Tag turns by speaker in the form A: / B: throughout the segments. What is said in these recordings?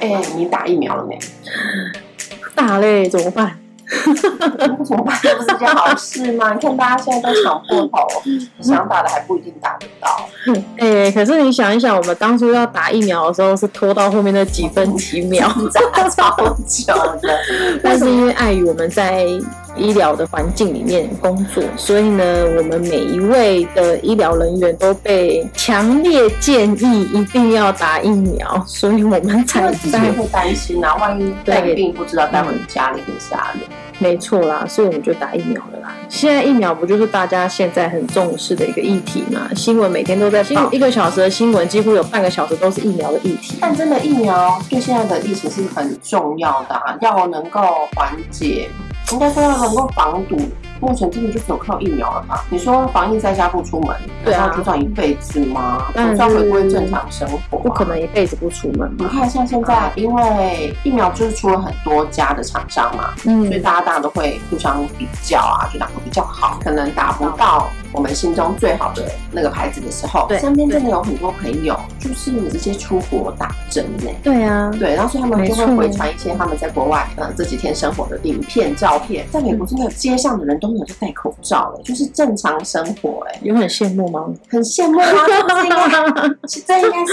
A: 哎、你打疫苗了没？
B: 打嘞怎么办？
A: 那怎么办？这不是件好事吗？你看大家现在都抢破头，想打的还不一定打得到。
B: 哎、可是你想一想，我们当初要打疫苗的时候是拖到后面的几分几秒，
A: 打超久 的，
B: 但是 因为碍于我们在医疗的环境里面工作，所以呢，我们每一位的医疗人员都被强烈建议一定要打疫苗，所以我们
A: 因
B: 才
A: 为自己也
B: 在
A: 会担心啊，万一带病不知道带回家里给家人。
B: 没错啦，所以我们就打疫苗了啦。现在疫苗不就是大家现在很重视的一个议题嘛？新闻每天都在报，一个小时的新闻几乎有半个小时都是疫苗的议题。
A: 但真的疫苗对现在的疫情是很重要的啊，要能够缓解，应该说要能够防堵。目前真的就只有靠疫苗了吧？你说防疫在家不出门，
B: 对啊
A: 然后就这样一辈子吗？
B: 当然
A: 总
B: 是
A: 是要回归正常生活、啊
B: 不可。能一辈子不出门
A: 你
B: 嘛。
A: 看，像现在，因为疫苗就是出了很多家的厂商嘛，所以
B: 嗯，
A: 大家大家都会互相比较啊，就哪个比较好，可能打不到我们心中最好的那个牌子的时候，
B: 对
A: 身边真的有很多朋友就是直接出国打针呢、
B: 对啊，
A: 对，然后所以他们就会
B: 没错
A: 回传一些他们在国外呃这几天生活的影片、照片。在美国真的街上的人都没有在戴口罩了，就是正常生活哎、
B: 有很羡慕吗？
A: 很羡慕 啊！这应该这应该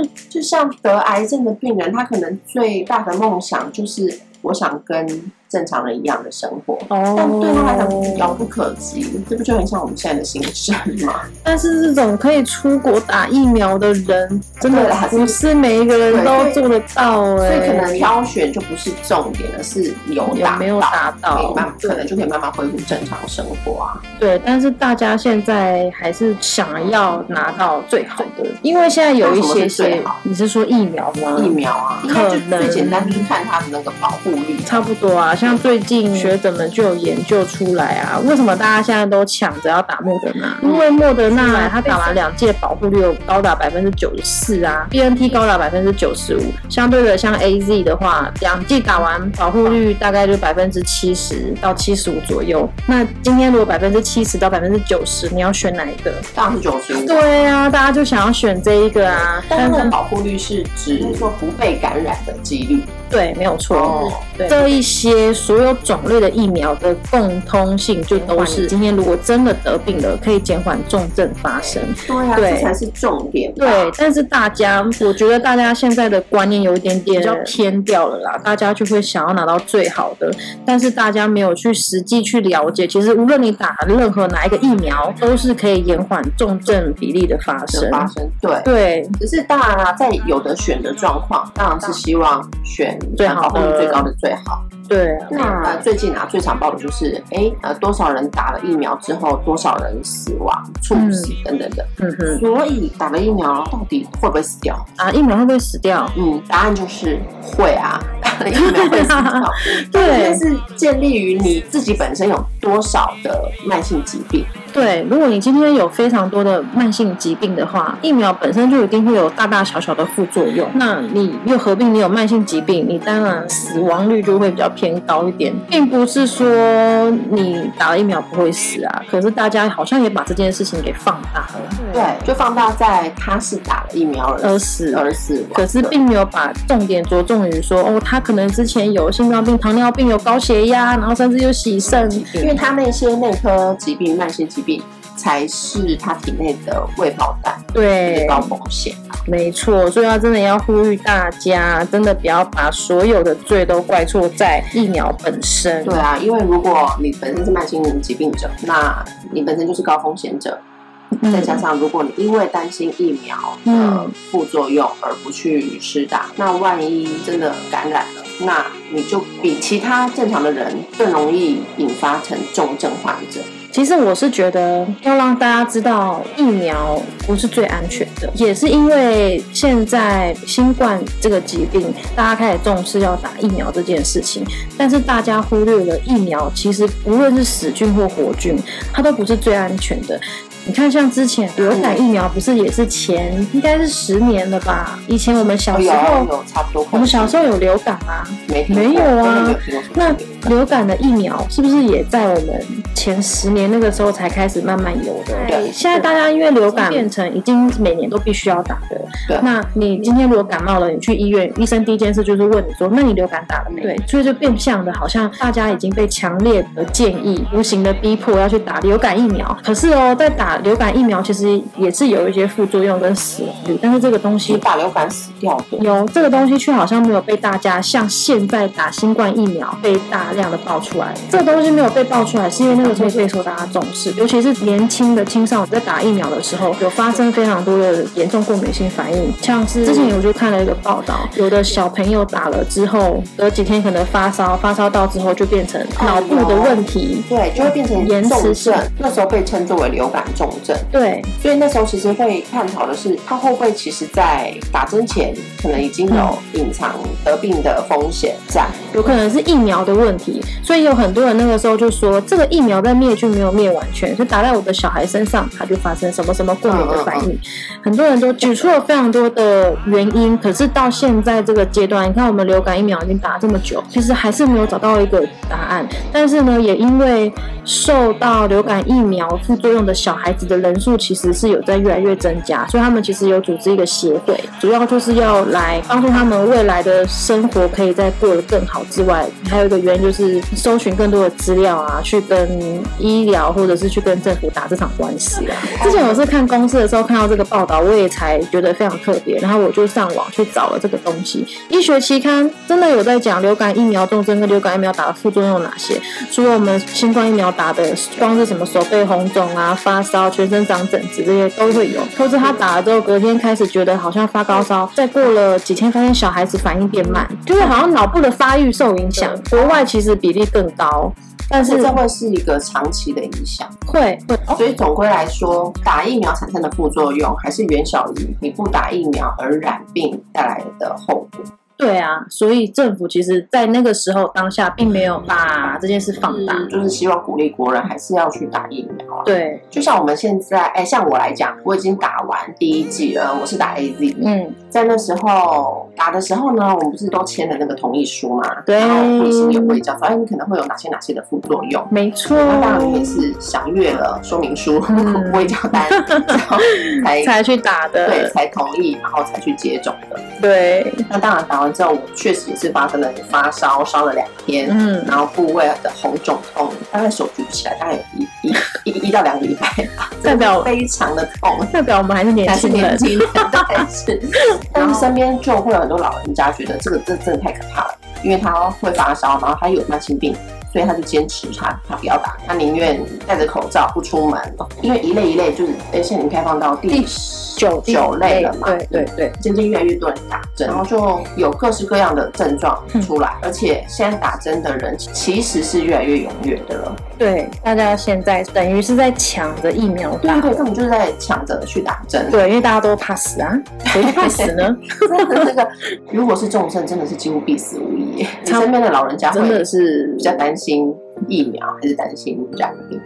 A: 是就像得癌症的病人，他可能最大的梦想就是我想跟正常人一样的生活。
B: 哦
A: 但对啊他来讲遥不可及，这不就很像我们现在的心声吗？
B: 但是这种可以出国打疫苗的人，真
A: 对啊
B: 的
A: 啦
B: 不是每一个人都做得到哎、
A: 所以可能挑选就不是重点了，是有
B: 有
A: 打
B: 没有
A: 到，
B: 达
A: 可
B: 到
A: 以？慢，可能
B: 对
A: 就可以慢慢恢复正常生活啊。
B: 对，但是大家现在还是想要拿到最好的，因为现在有一
A: 那
B: 些
A: 什么是最
B: 些
A: 好，
B: 你是说疫苗吗？
A: 疫苗啊，应该就最简单就是看它的那个保护力。
B: 差不多啊，像最近学者们就有研究出来啊，为什么大家现在都抢着要打莫德纳？
A: 嗯
B: 因为莫德纳它打完两剂的保护率有高达百分之九十四啊，B N T 高达百分之九十五，相对的像 A Z 的话，两剂打完保护率大概就百分之七十到七十五左右。那今天如果百分之七十到百分之九十，你要选哪一个？
A: 当然是九十五。
B: 对啊，大家就想要选这一个啊，
A: 但它
B: 是
A: 的保护率是指说不被感染的几率。
B: 对，没有错。
A: 哦
B: 对这一些所有种类的疫苗的共通性，就都是今天如果真的得病了，可以减缓重症发生。
A: 对啊，
B: 对
A: 这才是重点吧。
B: 对，但是大家，我觉得大家现在的观念有一点点比较偏掉了啦，大家就会想要拿到最好的，但是大家没有去实际去了解，其实无论你打任何哪一个疫苗，都是可以延缓重症比例的发
A: 的
B: 生。
A: 发生对。
B: 对，
A: 只是当然啦，在有的选的状况，当然是希望选
B: 最好
A: 保
B: 的
A: 护率最高的最好。
B: 对，
A: 那呃，最近啊，最常报的就是，哎，呃，多少人打了疫苗之后，多少人死亡、猝死等等的。
B: 嗯哼，
A: 所以打了疫苗到底会不会死掉？
B: 啊，疫苗会不会死掉？
A: 嗯，答案就是会 啊，打了疫苗会死掉。
B: 对
A: 但是建立于你自己本身有多少的慢性疾病。
B: 对，如果你今天有非常多的慢性疾病的话，疫苗本身就一定会有大大小小的副作用。那你又合并你有慢性疾病，你当然死亡率就会比较偏高一点，并不是说你打了疫苗不会死啊。可是大家好像也把这件事情给放大了，
A: 对，就放大在他是打了疫苗而
B: 而
A: 死
B: 死
A: 而死亡
B: 可是
A: 的
B: 并没有把重点着重于说，哦，他可能之前有心脏病、糖尿病、有高血压，然后甚至有洗肾，
A: 因为他那些内科疾病、慢性疾病才是他体内的未爆弹，就是
B: 对，
A: 高风险。
B: 没错，所以要真的要呼吁大家，真的不要把所有的罪都怪错在疫苗本身。
A: 对啊，因为如果你本身是慢性疾病者，那你本身就是高风险者，
B: 嗯
A: 再加上如果你因为担心疫苗的
B: 嗯
A: 副作用而不去施打，那万一真的感染了，那你就比其他正常的人更容易引发成重症患者。
B: 其实我是觉得要让大家知道，疫苗不是最安全的，也是因为现在新冠这个疾病，大家开始重视要打疫苗这件事情，但是大家忽略了疫苗其实无论是死菌或活菌，它都不是最安全的。你看，像之前流感疫苗不是也是前应该是十年了吧？以前我们小时
A: 有啊
B: 候，
A: 有差不多快。
B: 我们小时候有流感啊，
A: 没听过
B: 没
A: 真的没
B: 有啊
A: 有听过说
B: 那
A: 这个
B: 流感的疫苗是不是也在我们前十年那个时候才开始慢慢有的？
A: 对
B: 现在大家因为流感变成已经每年都必须要打的。
A: 对
B: 那你今天如果感冒了，你去医院，医生第一件事就是问你说，那你流感打了没？
A: 对，
B: 所以就变相的，好像大家已经被强烈的建议、无形的逼迫要去打流感疫苗。可是哦，在打流感疫苗其实也是有一些副作用跟死亡率，但是这个东西
A: 你打流感死掉的，
B: 有这个东西，却好像没有被大家像现在打新冠疫苗被大量的爆出来。这个东西没有被爆出来，是因为那个时候备受大家重视，尤其是年轻的青少年在打疫苗的时候，有发生非常多的严重过敏性反应。像是之前我就看了一个报道，有的小朋友打了之后，隔几天可能发烧，发烧到之后就变成脑部的问题。
A: 对，就会变成
B: 延迟
A: 重
B: 性
A: 症，那时候被称作为流感重症。
B: 对，
A: 所以那时候其实会探讨的是，他会不会其实在打针前可能已经有
B: 嗯
A: 隐藏得病的风险在？
B: 有可能是疫苗的问题，所以有很多人那个时候就说，这个疫苗在灭菌没有灭完全，就打在我的小孩身上，他就发生什么什么过敏的反应。很多人都举出了非常多的原因，可是到现在这个阶段，你看我们流感疫苗已经打了这么久，其实还是没有找到一个答案。但是呢，也因为受到流感疫苗副作用的小孩子的人数其实是有在越来越增加，所以他们其实有组织一个协会，主要就是要来帮助他们未来的生活可以再过得更好之外，还有一个原因就是搜寻更多的资料啊，去跟医疗或者是去跟政府打这场官司啊。之前我是看公司的时候看到这个报道，我也才觉得非常特别，然后我就上网去找了这个东西。医学期刊真的有在讲流感疫苗重症跟流感疫苗打的副作用有哪些，除了我们新冠疫苗打的，光是什么手背红肿啊、发烧、全身长疹子这些都会有，或者他打了之后隔天开始觉得好像发高烧，再过了几天发现小孩子反应变慢，就是好像脑部的发育受影响。国外其实比例更高，但是哦
A: 是这会是一个长期的影响。
B: 会会
A: 所以总归来说，打疫苗产生的副作用还是远小于你不打疫苗而染病带来的后果。
B: 对啊，所以政府其实，在那个时候当下，并没有
A: 嗯
B: 把这件事放大。
A: 啊就是希望鼓励国人还是要去打疫苗啊。
B: 嗯对，
A: 就像我们现在，哎，像我来讲，我已经打完第一剂了，我是打 A Z，
B: 嗯，
A: 在那时候打的时候呢，我们不是都签了那个同意书嘛？
B: 对
A: 然后医生也会讲说，哎，你可能会有哪些哪些的副作用。
B: 没错，
A: 那当然，我也是详阅了说明书、
B: 嗯
A: 我也交单，然后才
B: 才去打
A: 对
B: 的。
A: 才同意，然后才去接种的。
B: 对，
A: 那当然，打完之后，我确实也是发生了发烧，烧了两天，
B: 嗯，
A: 然后部位的红肿痛，大概手举不起来，大概有一一一一到两个礼拜吧，
B: 代表
A: 非常的痛。
B: 代表我们还是年
A: 还是
B: 轻
A: 年
B: 人。
A: 轻人，但 是但是身边就会有很多老人家觉得这个这真的太可怕了，因为他会发烧，然后他有慢性病，所以他就坚持他他不要打，他宁愿戴着口罩不出门，因为一类一类就是哎现在已经开放到第
B: 第九
A: 九类了嘛，
B: 对对对，
A: 渐渐越来越多人打针，然后就有各式各样的症状
B: 嗯
A: 出来，而且现在打针的人其实是越来越踊跃的了。
B: 对，大家现在等于是在抢着疫苗
A: 对
B: 打。
A: 对对，根本就是在抢着去打针。
B: 啊对，因为大家都怕死啊，谁怕死呢？
A: 真的，这个如果是重症，真的是几乎必死无疑耶。你
B: 差不多
A: 身边的老人家
B: 真
A: 会
B: 的是
A: 比较担心疫苗，还是担心染病？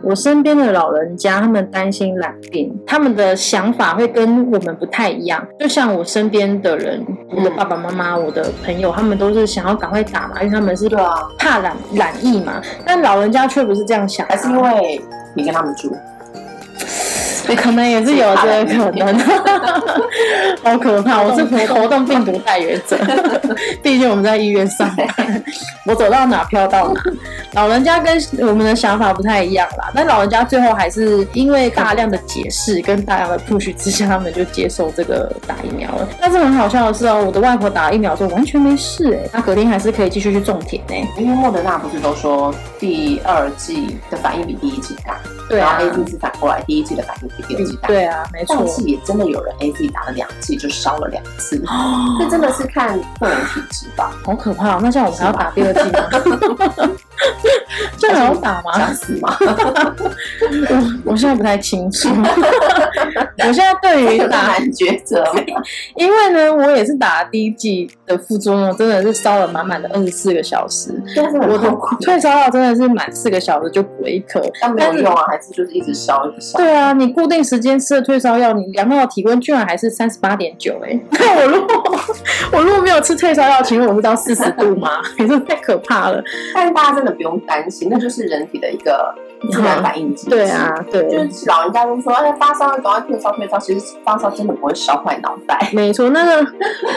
B: 我身边的老人家，他们担心染病，他们的想法会跟我们不太一样。就像我身边的人，
A: 嗯
B: 我的爸爸妈妈、我的朋友，他们都是想要赶快打嘛，因为他们是
A: 对啊，
B: 怕染染疫嘛。但老人家却不是这样想、啊，
A: 还是因为你跟他们住，
B: 可能也是有这 个可能，好可怕！我是活动病毒带源者， 毕竟我们在医院上班，我走到哪飘到 哪。老人家跟我们的想法不太一样啦，但老人家最后还是因为大量的解释跟大量的 push 之下，他们就接受这个打疫苗了。但是很好笑的是哦，我的外婆打疫苗之后完全没事哎、她隔天还是可以继续去种田哎、
A: 因为莫德纳不是都说第二季的反应比第一季大，
B: 对啊
A: 然后 A Z 是反过来，第一季的反应比第二季大。
B: 对啊，没错
A: 但。是也真的有人 A Z 打了两剂就烧了两次，
B: 哦
A: 这真的是看个人体质吧。
B: 好可怕、哦！那像我们还要打第二剂吗？这还要打吗？
A: 想死吗？
B: 我现在不太清 楚。我现在对于
A: 有
B: 打
A: 难抉择嘛。
B: 因为呢，我也是打第一季的副作用，真的是烧了满满的二十四个小时，
A: 但是
B: 我
A: 很
B: 的
A: 痛苦，
B: 退烧药真的是满四个小时就补了一颗。
A: 但没有用啊，还是就是一直烧一直烧。
B: 对啊，你固定时间吃的退烧药，你量到的体温居然还是三十八点九哎！ 那我如果我如果没有吃退烧药，请问我会到四十度吗？ 也是太可怕了。
A: 但是大家真的不用担心，那就是人体的一个自然反应机制。
B: 啊对。啊，
A: 就
B: 对，
A: 是老人家都说，哎，发烧赶快退烧退烧，其实发烧真的不会烧坏脑 袋。
B: 没错，那个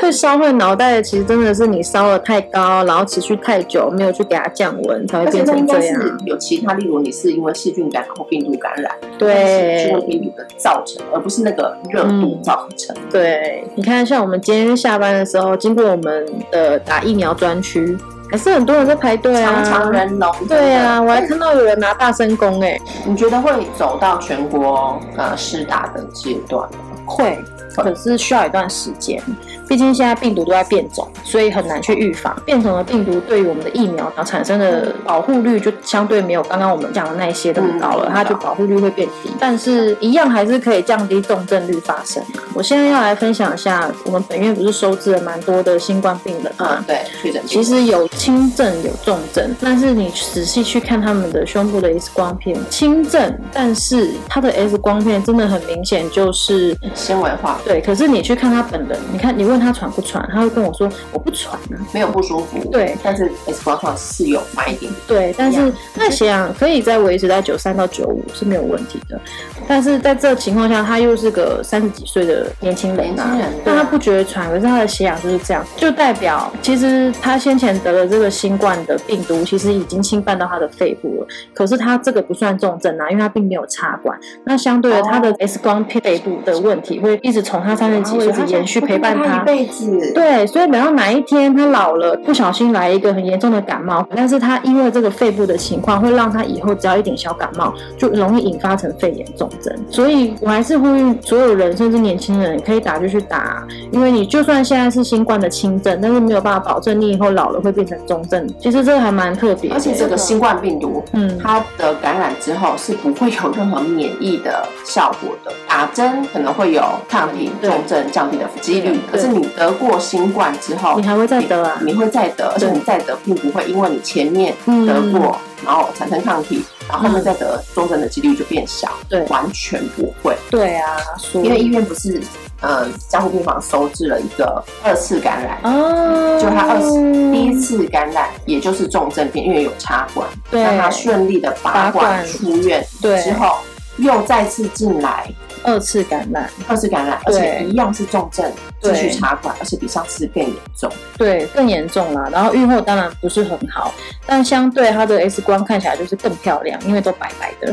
B: 会烧坏脑袋的，其实真的是你烧的太高，然后持续太久，没有去给它降温，才会
A: 而且
B: 变
A: 那应
B: 成
A: 该
B: 这样
A: 是。有其他，例如你是因为细菌感染或病毒感染，是
B: 对
A: 因为病毒的造成，而不是那个热度
B: 嗯
A: 造成。
B: 对，你看，像我们今天下班的时候，经过我们的打疫苗专区，还是很多人在排队啊，
A: 常常人龙。
B: 对啊，我还看到有人拿大声公哎、
A: 哎你觉得会走到全国呃施打的阶段吗？
B: 会，可是需要一段时间。毕竟现在病毒都在变种，所以很难去预防。变种的病毒对于我们的疫苗然后产生的保护率就相对没有刚刚我们讲的那一些那么高了，
A: 嗯
B: 它就保护率会变低。但是一样还是可以降低重症率发生啊。我现在要来分享一下，我们本院不是收治了蛮多的新冠病人吗？
A: 嗯，对，确诊。
B: 其实有轻症有重症，但是你仔细去看他们的胸部的 X 光片，轻症，但是他的 X 光片真的很明显就是
A: 纤维化
B: 对，可是你去看他本人，你看你问他喘不喘，他会跟我说我不喘啊。
A: 没有不舒服，
B: 对
A: 但是 X 光上是有慢一点，
B: 对，但
A: 一
B: 是那血氧可以再维持在九三到九五是没有问题的。但是在这情况下，他又是个三十几岁的年轻人
A: 年
B: 啊
A: 轻。人
B: 但他不觉得喘，可是他的血氧就是这样，就代表其实他先前得了这个新冠的病毒，其实已经侵犯到他的肺部了。可是他这个不算重症啊，因为他并没有插管。那相对的，
A: 哦
B: 他的 X 光片肺部的问题会一直从他三十几岁一直延续陪伴
A: 他
B: 他
A: 一。辈子。
B: 对，所以等到哪一天他老了，不小心来一个很严重的感冒，但是他因为这个肺部的情况，会让他以后只要一点小感冒，就容易引发成肺炎重症。所以我还是呼吁所有人，甚至年轻人，可以打就去打，因为你就算现在是新冠的轻症，但是没有办法保证你以后老了会变成重症。其实这个还蛮特别的，
A: 而且这个新冠病毒，
B: 嗯。
A: 它的感染之后是不会有任何免疫的效果的。打针可能会有抗体
B: 对
A: 重症降低的几率可
B: 对，
A: 是你得过新冠之后
B: 你，还会再得啊？
A: 你会再得，而且你再得并不会因为你前面
B: 嗯
A: 得过，然后产生抗体，然后后面再得重症的几率就变小，
B: 对
A: 完全不会。
B: 对啊，所以
A: 因为医院不是呃加护病房收治了一个二次感染，
B: 哦，
A: 嗯就他二十第一次感染也就是重症病，因为有插管，
B: 嗯对
A: 让他顺利的拔
B: 拔管
A: 管出院
B: 对
A: 之后。又再次进来
B: 二次感染，
A: 二次感染，而
B: 对
A: 且一样是重症，
B: 对
A: 继续插管，而且比上次更严重。
B: 对，更严重啦。然后愈后当然不是很好，但相对它的 X 光看起来就是更漂亮，因为都白白的，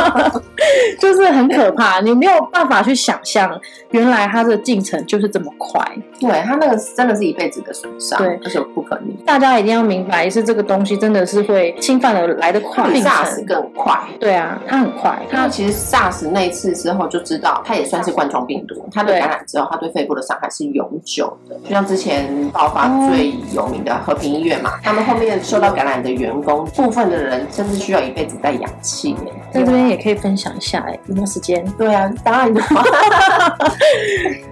B: 就是很可怕。你没有办法去想象，原来它的进程就是这么快。
A: 对他那个真的是一辈子的损伤，
B: 对
A: 而且不可逆。
B: 大家一定要明白，是这个东西真的是会侵犯的来的
A: 它
B: 快，
A: 比
B: 病
A: SARS
B: 程。
A: 更快，
B: 对啊，它很快，
A: 因
B: 它
A: 为其实 SARS 那一次之后就知道，它也算是冠状病毒，它的
B: 对
A: 感染之后，它对肺部的伤害是永久的。就像之前爆
B: 哦
A: 发最有名的和平医院嘛，他们后面受到感染的员工，部分的人甚至需要一辈子戴氧气耶。
B: 在这边也可以分享一下、哎，有没有时间？
A: 对啊，当 然有啊，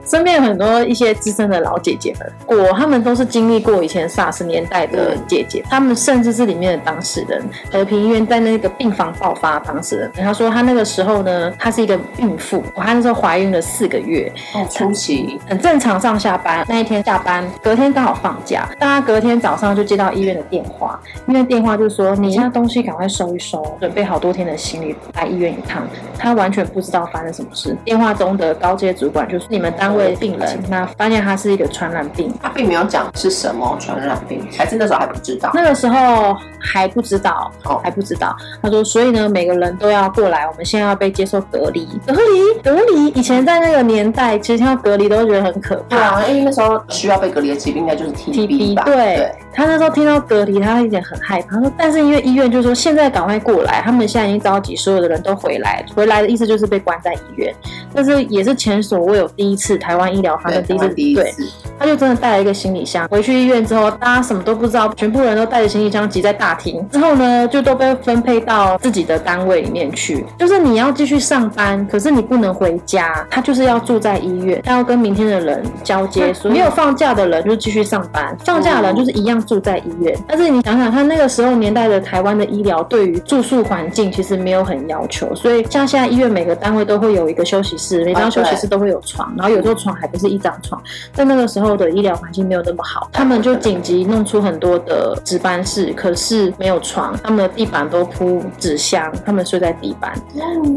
B: 身边有很多一些资深的老姐姐们，我她们都是经历过以前 SARS 年代的姐姐，她们甚至是里面的当事人。和平医院在那个病房爆发当事人，她说她那个时候呢，她是一个孕妇，她那时候怀孕了四个月，
A: 哦出奇，
B: 很正常上下班。那一天下班，隔天刚好放假，大家隔天早上就接到医院的电话，医院电话就说你现在东西赶快收一收，准备好多天的行李来医院一趟。他完全不知道发生什么事。电话中的高阶主管就是你们单位病人，那发现他是一个传染病。
A: 他并没有讲是什么传染病，还是那时候还不知道。
B: 那个时候还不知道，
A: 哦
B: 还不知道。他说，所以呢，每个人都要过来，我们现在要被接受隔离，隔离，隔离。以前在那个年代，其实听到隔离都觉得很可怕。
A: 对啊，因为那时候需要被隔离的疾病应该就是 TB 吧？
B: 对他那时候听到隔离，他有点很害怕。他说，但是因为医院就说现在赶快过来，他们现在已经召集所有的人都回来，回来的意思就是被关在医院。但是也是前所未有第一次台湾医疗发
A: 对，
B: 生第一
A: 台
B: 次，
A: 湾第一
B: 对
A: 次，
B: 他就真的带了一个行李箱回去医院之后，大家什么都不知道，全部人都带着行李箱挤在大厅。之后呢，就都被分配到自己的单位里面去。就是你要继续上班，可是你不能回家，他就是要住在医院，他要跟明天的人交接。
A: 嗯
B: 所以没有放假的人就继续上班，放假的人就是一样住在医院。但是你想想看，那个时候年代的台湾的医疗对于住宿环境其实没有很要求，所以像现在医院每个单位都会有一个休息室，每张休息室都会有床，然后有时候床还不是一张床。在那个时候的医疗环境没有那么好，他们就紧急弄出很多的值班室，可是没有床，他们的地板都铺纸箱，他们睡在地板。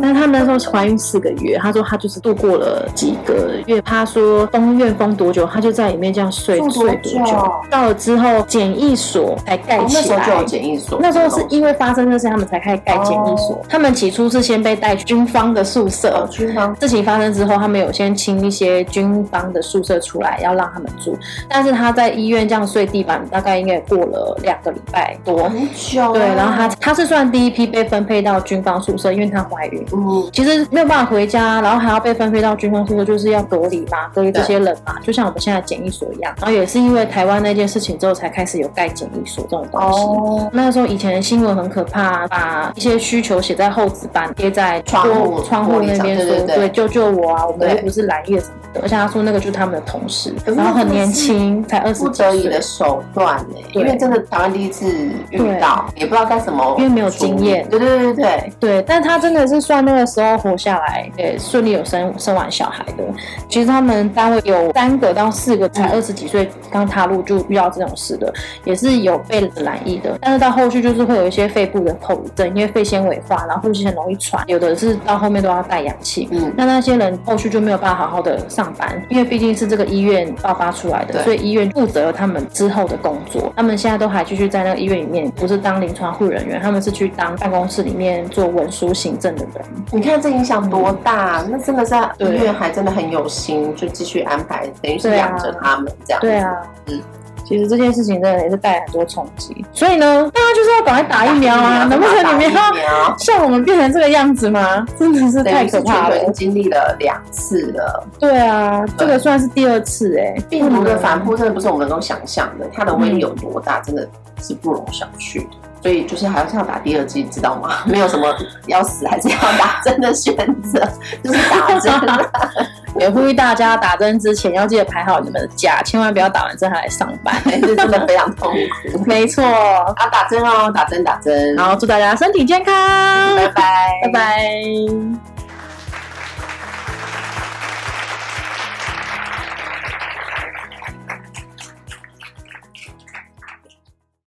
B: 但是他们那时候怀孕四个月，她说她就是度过了几个月。她说东院封多久，她就在里面这样睡
A: 住多
B: 睡
A: 久
B: 多久。到了之后，检疫所才盖
A: 那
B: 起
A: 时候
B: 来。
A: 就有检疫所，
B: 那时候是因为发生这事，他们才开始盖检疫所。他们起初是先被带去军方的宿舍，
A: 呃军方
B: 事情发生之后，他们有先清一些军方的宿舍出来，要让他们住。但是他在医院这样睡地板，大概应该也过了两个礼拜多。
A: 很久啊，
B: 对，然后他他是算第一批被分配到军方宿舍，因为她怀孕。
A: 嗯，
B: 其实没有办法回家，然后还要被分配到军方宿舍，就是要隔离嘛，隔离这些人嘛，就像我们现在检疫所一样。然后也是因为台湾那件事情之后，才开始有盖检疫所这种东西。
A: 哦，
B: 那时候以前的新闻很可怕，把一些需求写在厚纸板，贴在
A: 窗户
B: 窗户
A: 玻璃
B: 那边
A: 上
B: 说
A: 对对对
B: 救救我啊！我们又
A: 对
B: 不是蓝叶什么的。”而且他说那个就是他们的同事，
A: 可是
B: 然后很
A: 那真的
B: 年
A: 是
B: 轻，才二十
A: 不
B: 几
A: 得已
B: 岁
A: 的，手段呢、
B: 对
A: 因为真的台湾第一次遇到，也不知道该怎么，
B: 因为没有经验
A: 对对对对
B: 对，但他真的是算那个时候活下来，也顺利有生生完小孩的。其实他们单位有三个到四个才
A: 嗯
B: 二十几岁刚踏入就遇到这种事的，也是有被染疫的，但是到后续就是会有一些肺部的后遗症，因为肺纤维化，然后呼吸很容易喘，有的是到后面都要戴氧气。
A: 对，嗯，
B: 那那些人后续就没有办法好好的上班，因为毕竟是这个医院爆发出来的，
A: 对
B: 所以医院负责了他们之后的工作。他们现在都还继续在那个医院里面，不是当临床护人员，他们是去当办公室里面做文书行政的人。
A: 你看这影响多大，那真的在医
B: 嗯对
A: 院还真的很有心，就继续安排，等于是
B: 对啊
A: 养着他们这样，
B: 对，啊，
A: 嗯
B: 其实这件事情真的也是带来很多冲击，所以呢，大家就是要赶快打疫苗啊！难不成
A: 打
B: 你们要
A: 疫 苗啊
B: 像我们变成这个样子吗？真的是
A: 等
B: 太
A: 于是
B: 可
A: 全
B: 怕
A: 球已
B: 了
A: 经。经历了两次了，
B: 对啊，这个算是第二次哎、
A: 病毒的
B: 嗯
A: 反扑真的不是我们能够想象的，它的威力有多大，真的是不容小觑。所以就是还是要打第二剂，知道吗？ 没有什么要死还是要打针的选择，就是打针。
B: 也呼吁大家打针之前要记得排好你们的假，千万不要打完针还来上班。
A: 是真的非常痛苦。
B: 没错，
A: 啊，打针哦，打针打针，
B: 然后祝大家身体健康，
A: 拜拜，
B: 拜拜